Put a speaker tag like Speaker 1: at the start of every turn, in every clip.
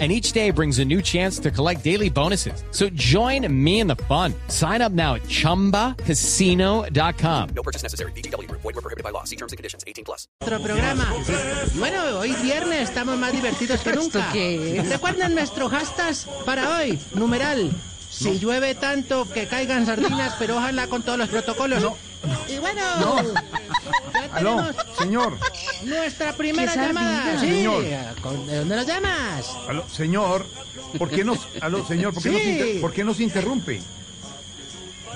Speaker 1: and each day brings a new chance to collect daily bonuses. So join me in the fun. Sign up now at ChumbaCasino.com.
Speaker 2: No purchase necessary. BGW. Void were prohibited by law. See terms and conditions. 18 plus.
Speaker 3: Otro programa. Bueno, hoy viernes estamos más divertidos que nunca. Recuerden nuestros hashtags para hoy. Numeral. Si llueve tanto que caigan sardinas, pero ojalá con todos los protocolos. Y bueno, ya
Speaker 4: Aló,
Speaker 3: tenemos
Speaker 4: señor.
Speaker 3: nuestra primera llamada. Sí,
Speaker 4: Señor.
Speaker 3: ¿con- ¿De dónde nos llamas?
Speaker 4: Aló, señor. ¿Por qué nos, aló, señor, ¿por qué, nos
Speaker 3: Sí.
Speaker 4: inter- por qué nos interrumpe?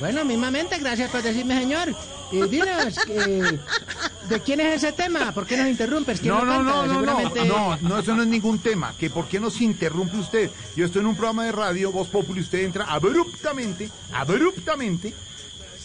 Speaker 3: Bueno, mismamente, gracias por decirme, señor. Y dinos, eh, ¿de quién es ese tema? ¿Por qué nos interrumpes? ¿Quién
Speaker 4: No,
Speaker 3: lo canta?
Speaker 4: no, no, no, no,
Speaker 3: Seguramente-
Speaker 4: no, no, eso no es ningún tema. Que por qué nos interrumpe usted. Yo estoy en un programa de radio, Voz Populi, usted entra abruptamente, abruptamente,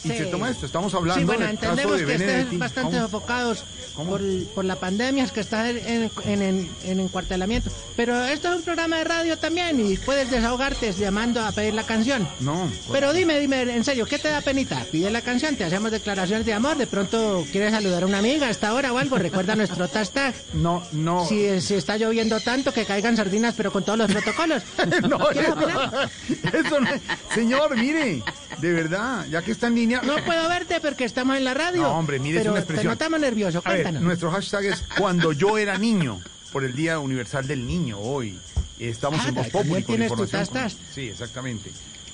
Speaker 4: y
Speaker 3: Sí.
Speaker 4: se toma esto. Estamos hablando
Speaker 3: Sí, bueno,
Speaker 4: del caso
Speaker 3: entendemos
Speaker 4: de
Speaker 3: que estén
Speaker 4: Benedetti.
Speaker 3: bastante
Speaker 4: Vamos.
Speaker 3: sofocados
Speaker 4: ¿Cómo?
Speaker 3: por, por la pandemia, es que está en, en- en- en encuartelamiento. Pero esto es un programa de radio también y puedes desahogarte llamando a pedir la canción.
Speaker 4: No,
Speaker 3: Pero dime, dime, en serio, ¿qué te da penita? Pide la canción, te hacemos declaraciones de amor, de pronto quieres saludar a una amiga hasta ahora o algo, recuerda nuestro hashtag.
Speaker 4: no, no.
Speaker 3: Si, si está lloviendo tanto que caigan sardinas, pero con todos los protocolos.
Speaker 4: No,
Speaker 3: ¿Quieres
Speaker 4: eso,
Speaker 3: opinar?
Speaker 4: eso no es- Señor, mire, de verdad, ya que está en línea.
Speaker 3: No pues, puedo verte porque estamos en la radio.
Speaker 4: No, hombre, mire, es
Speaker 3: pero
Speaker 4: una expresión.
Speaker 3: Te notamos nervioso,
Speaker 4: A ver,
Speaker 3: cuéntanos.
Speaker 4: nuestro hashtag es cuando yo era niño, por el Día Universal del Niño hoy. Estamos
Speaker 3: Ah,
Speaker 4: en Voz
Speaker 3: también
Speaker 4: Populi con
Speaker 3: tienes
Speaker 4: información
Speaker 3: tus hashtag.
Speaker 4: con- Sí, exactamente.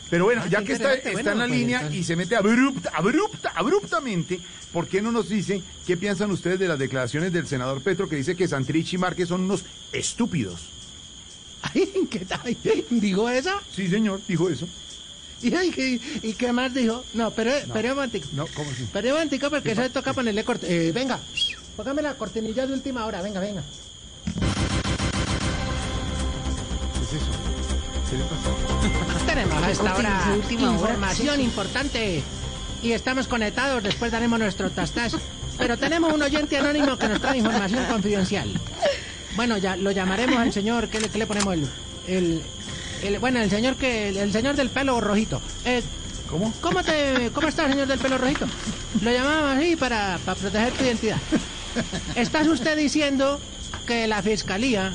Speaker 4: Pero bueno,
Speaker 3: Ah,
Speaker 4: ya
Speaker 3: qué
Speaker 4: que está,
Speaker 3: interesante.
Speaker 4: está en
Speaker 3: Bueno,
Speaker 4: la
Speaker 3: pues,
Speaker 4: línea
Speaker 3: entonces-
Speaker 4: y se mete abrupta, abrupta, abruptamente, ¿por qué no nos dice qué piensan ustedes de las declaraciones del senador Petro que dice que Santrich y Márquez son unos estúpidos?
Speaker 3: Ay, ¿qué tal? ¿Dijo eso?
Speaker 4: Sí, señor, dijo eso.
Speaker 3: ¿Y, ay, qué- y qué más dijo? No, pero, pero un momentico.
Speaker 4: No, ¿cómo así?
Speaker 3: Pero un momentico porque se toca ponerle corte. Eh, venga, póngame la cortinilla de última hora, venga, venga.
Speaker 4: ¿Qué es eso? ¿Qué le pasa?
Speaker 3: Tenemos a esta
Speaker 5: cortinilla
Speaker 3: hora
Speaker 5: de última hora?
Speaker 3: información importante. Y estamos conectados, después daremos nuestro tastas. Pero tenemos un oyente anónimo que nos trae información confidencial. Bueno, ya lo llamaremos al señor, ¿qué le, qué le ponemos? El, el, el- bueno, el señor que el, el señor del pelo rojito. Eh,
Speaker 4: ¿Cómo?
Speaker 3: ¿Cómo, te, ¿Cómo estás, señor del pelo rojito? Lo llamaba así para, para proteger tu identidad. ¿Estás usted diciendo que la fiscalía,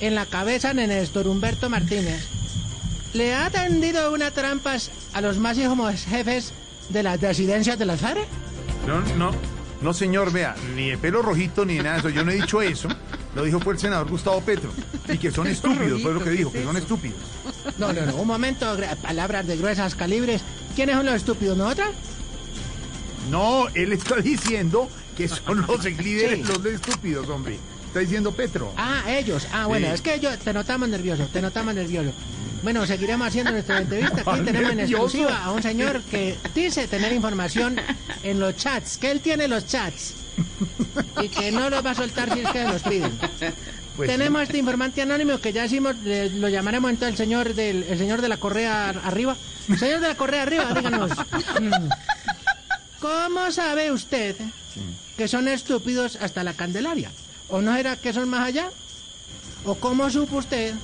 Speaker 3: en la cabeza de Néstor Humberto Martínez, le ha tendido unas trampas a los más hijos jefes de las residencias de las FARE?
Speaker 4: No, no, no, señor, vea, ni de pelo rojito ni de nada de eso. Yo no he dicho eso. Lo dijo fue el senador Gustavo Petro. Y que son estúpidos, fue lo que dijo, que son estúpidos.
Speaker 3: No, no, no, un momento, gra- palabras de gruesas calibres. ¿Quiénes son los estúpidos, nosotras?
Speaker 4: No, él está diciendo que son los líderes,
Speaker 3: Sí.
Speaker 4: los de estúpidos, hombre. Está diciendo Petro.
Speaker 3: Ah, ellos. Ah, bueno,
Speaker 4: Sí.
Speaker 3: es que yo te notamos nervioso, te notamos nervioso. Bueno, seguiremos haciendo nuestra entrevista. Aquí
Speaker 4: Ah,
Speaker 3: tenemos en
Speaker 4: nervioso.
Speaker 3: exclusiva a un señor que dice tener información en los chats, que él tiene los chats y que no los va a soltar si es que los piden.
Speaker 4: Pues sí.
Speaker 3: tenemos a este informante anónimo que ya hicimos, le- lo llamaremos entonces el señor del el señor de la correa ar- arriba. Señor de la correa arriba, díganos. Mm. ¿Cómo sabe usted que son estúpidos hasta la Candelaria? ¿O no era que son más allá? ¿O cómo supo usted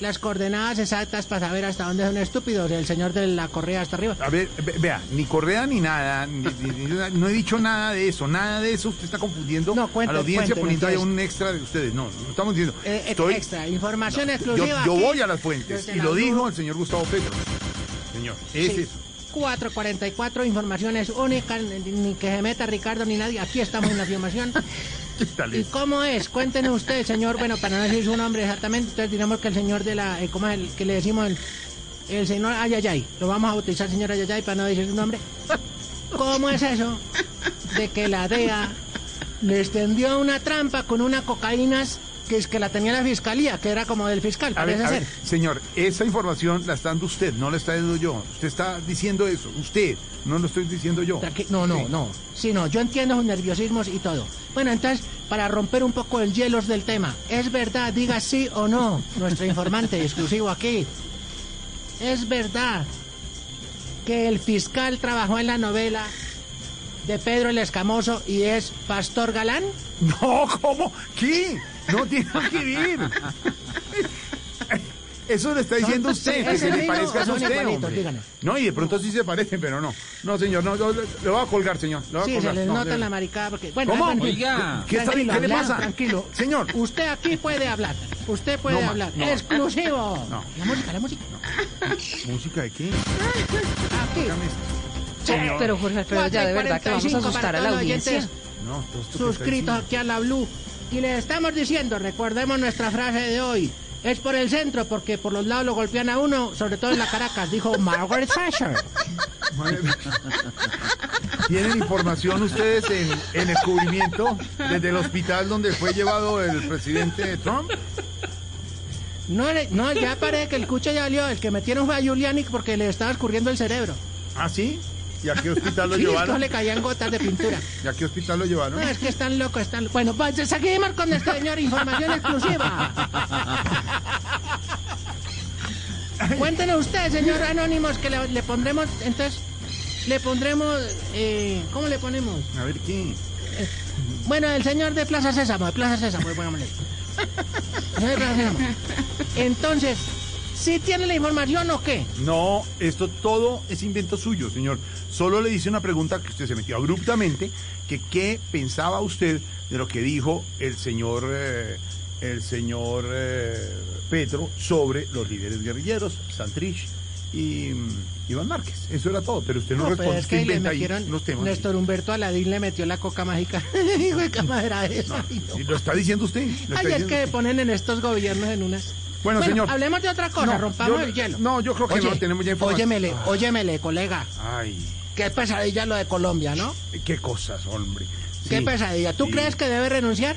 Speaker 3: las coordenadas exactas para saber hasta dónde son estúpidos el señor de la correa hasta arriba?
Speaker 4: A ver, ve- vea, ni Correa ni nada, ni- ni- ni- no he dicho nada de eso, nada de eso. Usted está confundiendo
Speaker 3: No, cuente,
Speaker 4: a la audiencia
Speaker 3: cuente,
Speaker 4: poniendo ahí
Speaker 3: entonces.
Speaker 4: un extra de ustedes. No, no estamos diciendo.
Speaker 3: Eh, eh,
Speaker 4: Estoy-
Speaker 3: extra, información
Speaker 4: yo,
Speaker 3: exclusiva.
Speaker 4: yo
Speaker 3: aquí.
Speaker 4: voy a las fuentes
Speaker 3: Desde
Speaker 4: y lo
Speaker 3: la
Speaker 4: dijo el señor Gustavo Petro. Señor, es
Speaker 3: Sí.
Speaker 4: eso.
Speaker 3: 444 informaciones únicas, ni que se meta Ricardo ni nadie. Aquí estamos en la filmación.
Speaker 4: ¿Qué tal
Speaker 3: ¿Y
Speaker 4: es?
Speaker 3: cómo es? Cuéntenos usted, señor. Bueno, para no decir su nombre exactamente, entonces diremos que el señor de la. eh, ¿Cómo es el que le decimos? El, el señor Ayayay. Lo vamos a bautizar, señor Ayayay, para no decir su nombre. ¿Cómo es eso de que la DEA les tendió una trampa con una cocaínas que es que la tenía la fiscalía, que era como del fiscal,
Speaker 4: A ver,
Speaker 3: parece
Speaker 4: a
Speaker 3: ser?
Speaker 4: ver, señor, esa información la está dando usted, no la está dando yo. Usted está diciendo eso, usted, no lo estoy diciendo yo.
Speaker 3: Tranqui- no, no,
Speaker 4: Sí.
Speaker 3: no. Sí, no, yo entiendo sus nerviosismos y todo. Bueno, entonces, para romper un poco el hielo del tema, ¿es verdad, diga sí o no, nuestro informante exclusivo aquí? ¿Es verdad que el fiscal trabajó en la novela de Pedro el Escamoso y es Pastor Galán?
Speaker 4: No, ¿cómo? ¿Qué? No tiene nada que ver. Eso le está diciendo usted, que
Speaker 3: ese
Speaker 4: se le
Speaker 3: mismo,
Speaker 4: parezca a
Speaker 3: son
Speaker 4: usted,
Speaker 3: igualitos,
Speaker 4: hombre.
Speaker 3: díganos.
Speaker 4: No, y de pronto sí se parecen, pero no. No, señor, no, yo le, le voy a colgar, señor. Le voy a
Speaker 3: Sí, se
Speaker 4: colgar.
Speaker 3: les
Speaker 4: No,
Speaker 3: nota
Speaker 4: de-
Speaker 3: la maricada porque... Bueno,
Speaker 4: ¿Cómo?
Speaker 3: hagan-
Speaker 5: Oiga.
Speaker 4: ¿Qué,
Speaker 3: Tranquilo,
Speaker 4: está- ¿qué le
Speaker 3: Abelardo,
Speaker 4: pasa?
Speaker 3: Tranquilo.
Speaker 4: Señor,
Speaker 3: Usted aquí puede hablar. Usted puede
Speaker 4: No, ma-
Speaker 3: hablar.
Speaker 4: no.
Speaker 3: Exclusivo.
Speaker 4: No.
Speaker 3: La música, la música.
Speaker 4: ¿música de qué?
Speaker 3: Aquí.
Speaker 4: Dígame esto.
Speaker 6: Pero Jorge Alfredo, ya de verdad que vamos a
Speaker 3: 4:45
Speaker 6: asustar
Speaker 3: para
Speaker 6: a la
Speaker 3: todos los
Speaker 6: audiencia.
Speaker 3: oyentes
Speaker 4: No, todo esto que está
Speaker 3: Suscritos
Speaker 4: diciendo.
Speaker 3: aquí a la Blue. Y les estamos diciendo, recordemos nuestra frase de hoy. Es por el centro, porque por los lados lo golpean a uno, sobre todo en la Caracas, dijo Margaret Thatcher.
Speaker 4: Madre- ¿Tienen información ustedes en, en el cubrimiento desde el hospital donde fue llevado el presidente Trump?
Speaker 3: No, le- no ya parece que el cucho ya valió. El que metieron fue a Giuliani porque le estaba escurriendo el cerebro.
Speaker 4: ¿Ah, sí? ¿Y a qué hospital lo
Speaker 3: Sí, es que
Speaker 4: llevaron?
Speaker 3: le caían gotas de pintura.
Speaker 4: ¿Y a qué hospital lo
Speaker 3: No,
Speaker 4: llevaron?
Speaker 3: es que están locos, están... Bueno, pues seguimos con este señor, información exclusiva. Cuéntenos usted, señor Anónimos, que le, le pondremos, entonces, le pondremos, eh, ¿cómo le ponemos?
Speaker 4: A ver, ¿qué?
Speaker 3: Bueno, el señor de Plaza Sésamo, de Plaza Sésamo, pongámosle. Señor de Plaza Sésamo. Entonces, ¿sí tiene la información o qué?
Speaker 4: No, esto todo es invento suyo, señor. Solo le hice una pregunta que usted se metió abruptamente, que qué pensaba usted de lo que dijo el señor, eh, el señor eh, Petro sobre los líderes guerrilleros, Santrich y mm, Iván Márquez. Eso era todo, pero usted no,
Speaker 3: No,
Speaker 4: respondió.
Speaker 3: pero es
Speaker 4: usted
Speaker 3: que le
Speaker 4: inventa ahí
Speaker 3: metieron,
Speaker 4: los temas.
Speaker 3: Néstor Humberto Aladín le metió la coca mágica. Hijo de camadera esa. ay, no.
Speaker 4: Sí, lo está diciendo usted. lo está
Speaker 3: Ay, es
Speaker 4: diciendo
Speaker 3: que
Speaker 4: usted.
Speaker 3: ponen en estos gobiernos en unas.
Speaker 4: Bueno, señor.
Speaker 3: Hablemos de otra cosa,
Speaker 4: No,
Speaker 3: rompamos
Speaker 4: yo-
Speaker 3: el hielo.
Speaker 4: no, yo creo que no, tenemos ya información. Ah.
Speaker 3: Óyemele, óyemele, colega.
Speaker 4: Ay,
Speaker 3: Qué pesadilla lo de Colombia, ¿no?
Speaker 4: qué cosas, hombre.
Speaker 3: Qué
Speaker 4: Sí,
Speaker 3: pesadilla. ¿Tú
Speaker 4: sí.
Speaker 3: crees que debe renunciar?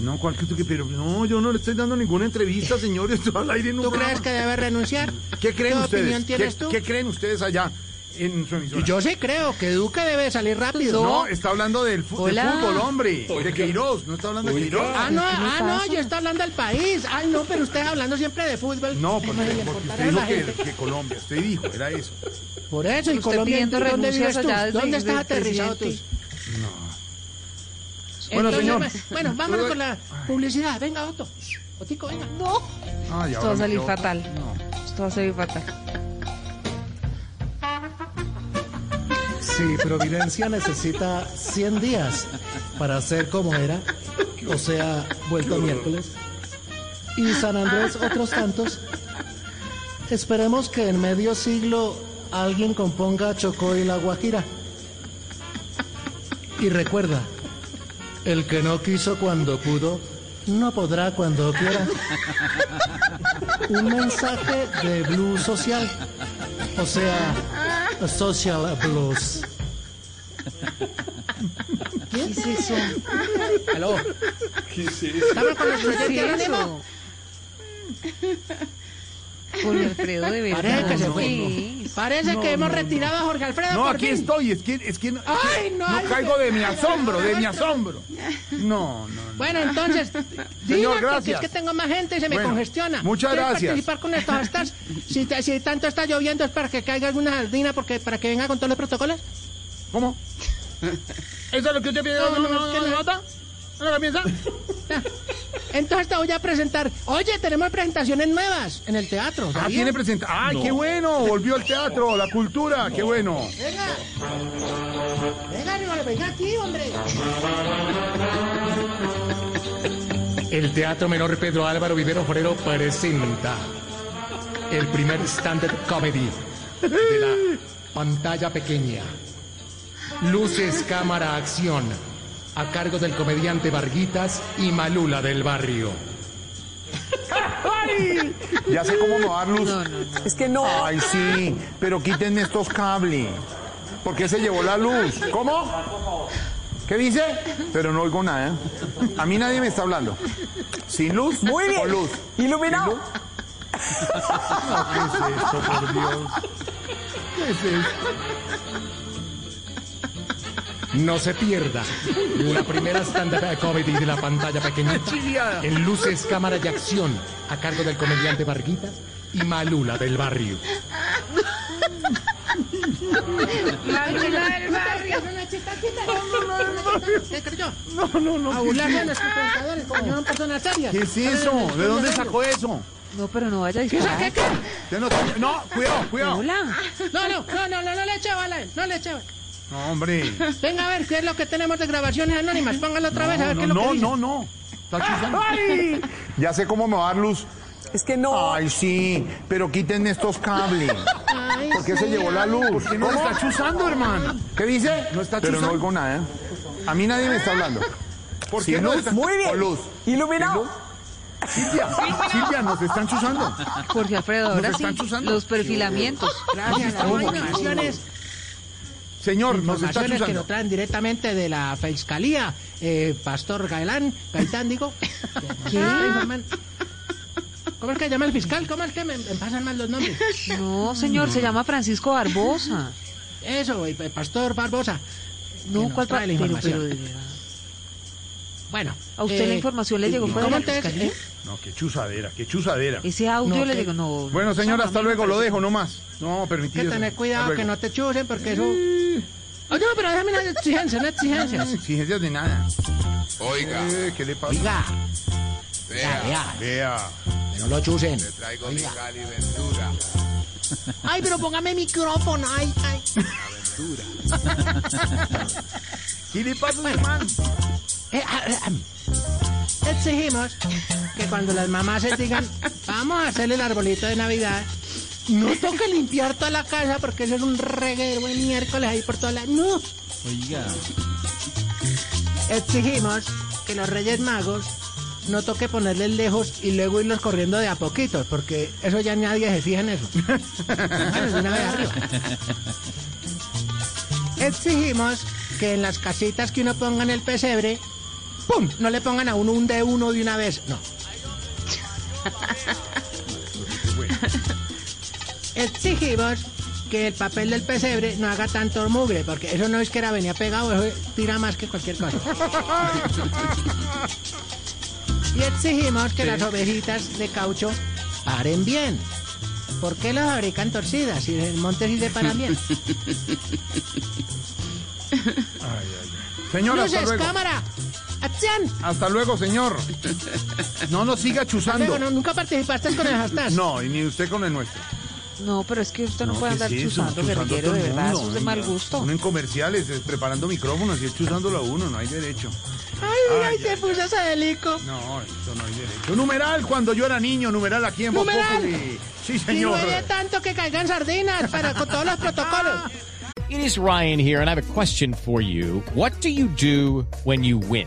Speaker 4: No, cualquier tú que, pero no, yo no le estoy dando ninguna entrevista, señor, esto al aire en un
Speaker 3: ¿Tú crees
Speaker 4: programa.
Speaker 3: que debe renunciar?
Speaker 4: ¿Qué creen
Speaker 3: ¿Qué
Speaker 4: ustedes?
Speaker 3: opinión tienes
Speaker 4: ¿Qué,
Speaker 3: tú?
Speaker 4: qué creen ustedes allá en su emisora?
Speaker 3: Yo sí creo que Duque debe salir rápido.
Speaker 4: No, está hablando del, fu- del
Speaker 6: Hola.
Speaker 4: fútbol, hombre. De Queiroz, no está hablando de Queiroz.
Speaker 3: Ah, no,
Speaker 6: ¿Qué le
Speaker 3: ah, no,
Speaker 6: pasa?
Speaker 3: yo estoy hablando del país. Ay, no, pero usted hablando siempre de fútbol.
Speaker 4: No, porque,
Speaker 3: Como si le
Speaker 4: porque
Speaker 3: importara
Speaker 4: usted
Speaker 3: a
Speaker 4: dijo
Speaker 3: la gente.
Speaker 4: que, que Colombia, usted dijo, era eso.
Speaker 3: Por eso, y
Speaker 6: Usted
Speaker 3: Colombia,
Speaker 6: pidiendo
Speaker 3: ¿dónde
Speaker 6: renuncias
Speaker 3: vives tú?
Speaker 6: allá desde-
Speaker 3: ¿Dónde estás
Speaker 6: desde el
Speaker 3: aterrizado tú?
Speaker 6: presidente.
Speaker 4: Bueno,
Speaker 3: Entonces,
Speaker 4: señor.
Speaker 3: va- Bueno, vámonos con la publicidad. Venga, Otto. Otico, venga. No.
Speaker 4: Ay,
Speaker 6: Esto
Speaker 4: ahora
Speaker 6: va a
Speaker 4: me
Speaker 6: salir
Speaker 4: quedo-
Speaker 6: fatal. Esto va a salir fatal.
Speaker 5: Ah,
Speaker 7: Si Providencia necesita 100 días para ser como era, o sea, vuelto a miércoles, y San Andrés otros tantos, esperemos que en medio siglo alguien componga Chocó y La Guajira. Y recuerda, el que no quiso cuando pudo, no podrá cuando quiera. Un mensaje de Blue Social, o sea, Social Blues.
Speaker 6: ¿Qué es eso?
Speaker 3: Aló. Estamos con nuestro
Speaker 6: ¿Qué
Speaker 3: oyente
Speaker 6: es
Speaker 3: anónimo.
Speaker 6: eso? Jorge Alfredo, de verdad.
Speaker 3: Parece que se fue.
Speaker 6: ¿qué es?
Speaker 3: Parece que hemos retirado a Jorge Alfredo.
Speaker 4: No,
Speaker 3: por
Speaker 4: aquí
Speaker 3: fin.
Speaker 4: estoy, es que, es que no,
Speaker 3: Ay, no, ay,
Speaker 4: caigo de mi
Speaker 3: ay,
Speaker 4: asombro, de mi
Speaker 3: Roberto.
Speaker 4: asombro. No, no, no.
Speaker 3: Bueno, entonces, diga, porque
Speaker 4: gracias.
Speaker 3: es que tengo más gente y se me
Speaker 4: Bueno,
Speaker 3: congestiona.
Speaker 4: muchas
Speaker 3: ¿Quieres
Speaker 4: gracias.
Speaker 3: participar con estos estas? Si, ta- si tanto está lloviendo es para que caiga alguna jardina porque para que venga con todos los protocolos.
Speaker 4: ¿Cómo? ¿Eso es lo que usted piensa?
Speaker 3: No, no, no, no, no,
Speaker 4: ¿No lo piensa?
Speaker 3: Entonces te voy a presentar. Oye, tenemos presentaciones nuevas en el teatro.
Speaker 4: Ah,
Speaker 3: ¿sabías?
Speaker 4: tiene presenta. ¡Ay, qué bueno! Volvió al teatro, la cultura, qué bueno.
Speaker 3: Venga. Venga, Aníbal, venga aquí, hombre.
Speaker 7: El Teatro Menor Pedro Álvaro Vivero Forero presenta el primer stand-up comedy de la pantalla pequeña. Luces, cámara, acción. A cargo del comediante Varguitas y Malula del Barrio.
Speaker 4: Ya sé cómo no dar luz.
Speaker 6: No, no, no.
Speaker 4: Es que no. Ay, sí, pero quítenme estos cables. ¿Por qué se llevó la luz? ¿Cómo? ¿Qué dice? Pero no oigo nada. A mí nadie me está hablando. ¿Sin luz? Muy bien. ¿Con luz? ¿Iluminado? ¿Qué es esto, por Dios? ¿Qué es esto?
Speaker 7: No se pierda la primera stand-up comedy de la pantalla pequeñita en luces, cámara y acción a cargo del comediante Varguitas y Malula del Barrio.
Speaker 6: Máquina del barrio.
Speaker 5: ¿Qué creyó?
Speaker 4: No, no, no.
Speaker 5: A burlarme de los pensadores como si fueran personas serias.
Speaker 4: ¿Qué es eso? ¿De dónde sacó eso?
Speaker 6: No, pero no vaya a disparar.
Speaker 4: Usted no tiene- No, cuidado, cuidado.
Speaker 6: Hola.
Speaker 5: No, no, no, no, no, no le eche bala, a él, no le eche bala.
Speaker 4: No, hombre.
Speaker 5: Venga a ver qué es lo que tenemos de grabaciones anónimas. Póngalo otra vez a ver qué
Speaker 4: No,
Speaker 5: es lo que
Speaker 4: no,
Speaker 5: dice.
Speaker 4: no, no. Está acusando. Ya sé cómo me va a dar luz.
Speaker 8: Es que no.
Speaker 4: Ay, sí, pero quiten estos cables.
Speaker 5: Ay,
Speaker 8: ¿Por qué se
Speaker 5: sí.
Speaker 8: llevó la luz?
Speaker 4: ¿Por qué no
Speaker 8: ¿Cómo?
Speaker 4: está chuzando, hermano?
Speaker 8: ¿Qué dice?
Speaker 4: No está
Speaker 8: Pero no
Speaker 4: chuzando.
Speaker 8: oigo nada. ¿eh?
Speaker 4: A mí nadie me está hablando. ¿Por qué no está-
Speaker 8: Muy bien.
Speaker 4: O luz.
Speaker 8: Iluminado.
Speaker 4: Silvia, Silvia, nos están chuzando.
Speaker 5: Ah.
Speaker 6: Jorge Alfredo, ahora sí,
Speaker 4: están chuzando?
Speaker 6: los perfilamientos.
Speaker 5: Gracias, las informaciones,
Speaker 4: Señor, nos está
Speaker 5: informaciones que lo
Speaker 4: chuzando.
Speaker 5: traen directamente de la Fiscalía, eh, Pastor Gailán, Gaitán, digo. ¿Qué?
Speaker 6: Ah.
Speaker 5: ¿Cómo es que llama el fiscal? ¿Cómo es que me, me pasan mal los nombres?
Speaker 6: No, señor, se llama Francisco Barbosa.
Speaker 5: Eso, el Pastor Barbosa.
Speaker 6: No,
Speaker 5: nos
Speaker 6: ¿cuál pa-
Speaker 5: trae la
Speaker 6: Pero,
Speaker 5: información.
Speaker 6: pero de verdad.
Speaker 5: Bueno. eh,
Speaker 6: ¿A usted la información le llegó fuera de
Speaker 5: ¿Cómo
Speaker 6: la
Speaker 5: te
Speaker 6: fiscalía?
Speaker 4: No, qué chuzadera, qué chuzadera.
Speaker 6: Ese audio le llegó. No,
Speaker 4: Bueno, señor,
Speaker 6: señora,
Speaker 4: hasta luego, lo dejo nomás. No, permitido.
Speaker 5: que tener
Speaker 4: señor.
Speaker 5: cuidado
Speaker 4: Hasta
Speaker 5: que
Speaker 4: luego.
Speaker 5: no te chusen porque eso...
Speaker 6: Mm.
Speaker 5: Ah, no, pero déjame las exigencias, las exigencias.
Speaker 4: Exigencias de nada.
Speaker 9: Oiga,
Speaker 4: Eh, ¿Qué le pasa?
Speaker 5: Oiga,
Speaker 9: vea,
Speaker 4: Vea.
Speaker 10: No lo chusen.
Speaker 9: le traigo mi Cali Ventura.
Speaker 5: Ay, pero póngame micrófono, ay, ay.
Speaker 4: ¿Qué le pasa, hermano?
Speaker 5: Eh, ah, eh, ah. Exigimos que cuando las mamás se digan, vamos a hacer el arbolito de Navidad, no toque limpiar toda la casa porque eso es un reguero de miércoles ahí por toda la... ¡No! Oiga. Exigimos que los Reyes Magos no toque ponerles lejos y luego irlos corriendo de a poquitos porque eso ya nadie se fija en eso. Bueno, de una vez arriba. Exigimos que en las casitas que uno ponga en el pesebre ¡Pum! No le pongan a uno un de uno de una vez. No. Exigimos que el papel del pesebre no haga tanto mugre, porque eso no es que era venía pegado, eso tira más que cualquier cosa. Y exigimos que las ovejitas de caucho paren bien. ¿Por qué las fabrican torcidas si en el monte sí se paran bien?
Speaker 4: Señor, hasta
Speaker 5: ¡Luces,
Speaker 4: luego.
Speaker 5: cámara! ¡Acción!
Speaker 4: Hasta luego, señor. No nos siga
Speaker 5: Luego,
Speaker 4: chuzando.
Speaker 5: no, nunca participaste con el hashtag.
Speaker 4: No, y ni usted con el nuestro.
Speaker 6: No, pero es que usted no,
Speaker 4: No,
Speaker 6: puede
Speaker 4: ¿qué
Speaker 6: andar
Speaker 4: es eso?
Speaker 6: chuzando,
Speaker 4: Chuzando a
Speaker 6: guerrillero,
Speaker 4: todo
Speaker 6: de
Speaker 4: el
Speaker 6: verdad,
Speaker 4: mundo,
Speaker 6: eso es de
Speaker 4: venga.
Speaker 6: mal gusto.
Speaker 4: Uno en comerciales, eh, preparando micrófonos y es chuzándolo a uno, no hay derecho.
Speaker 5: Ay, mira, y te puse Sadelico.
Speaker 4: No, eso no hay derecho. Numeral cuando yo era niño, numeral aquí en Voz
Speaker 5: Numeral.
Speaker 4: Populi. Sí,
Speaker 5: Y
Speaker 4: señor.
Speaker 5: duele tanto que caigan sardinas para con todos los protocolos.
Speaker 1: It is Ryan here, and I have a question for you. What do you do when you win?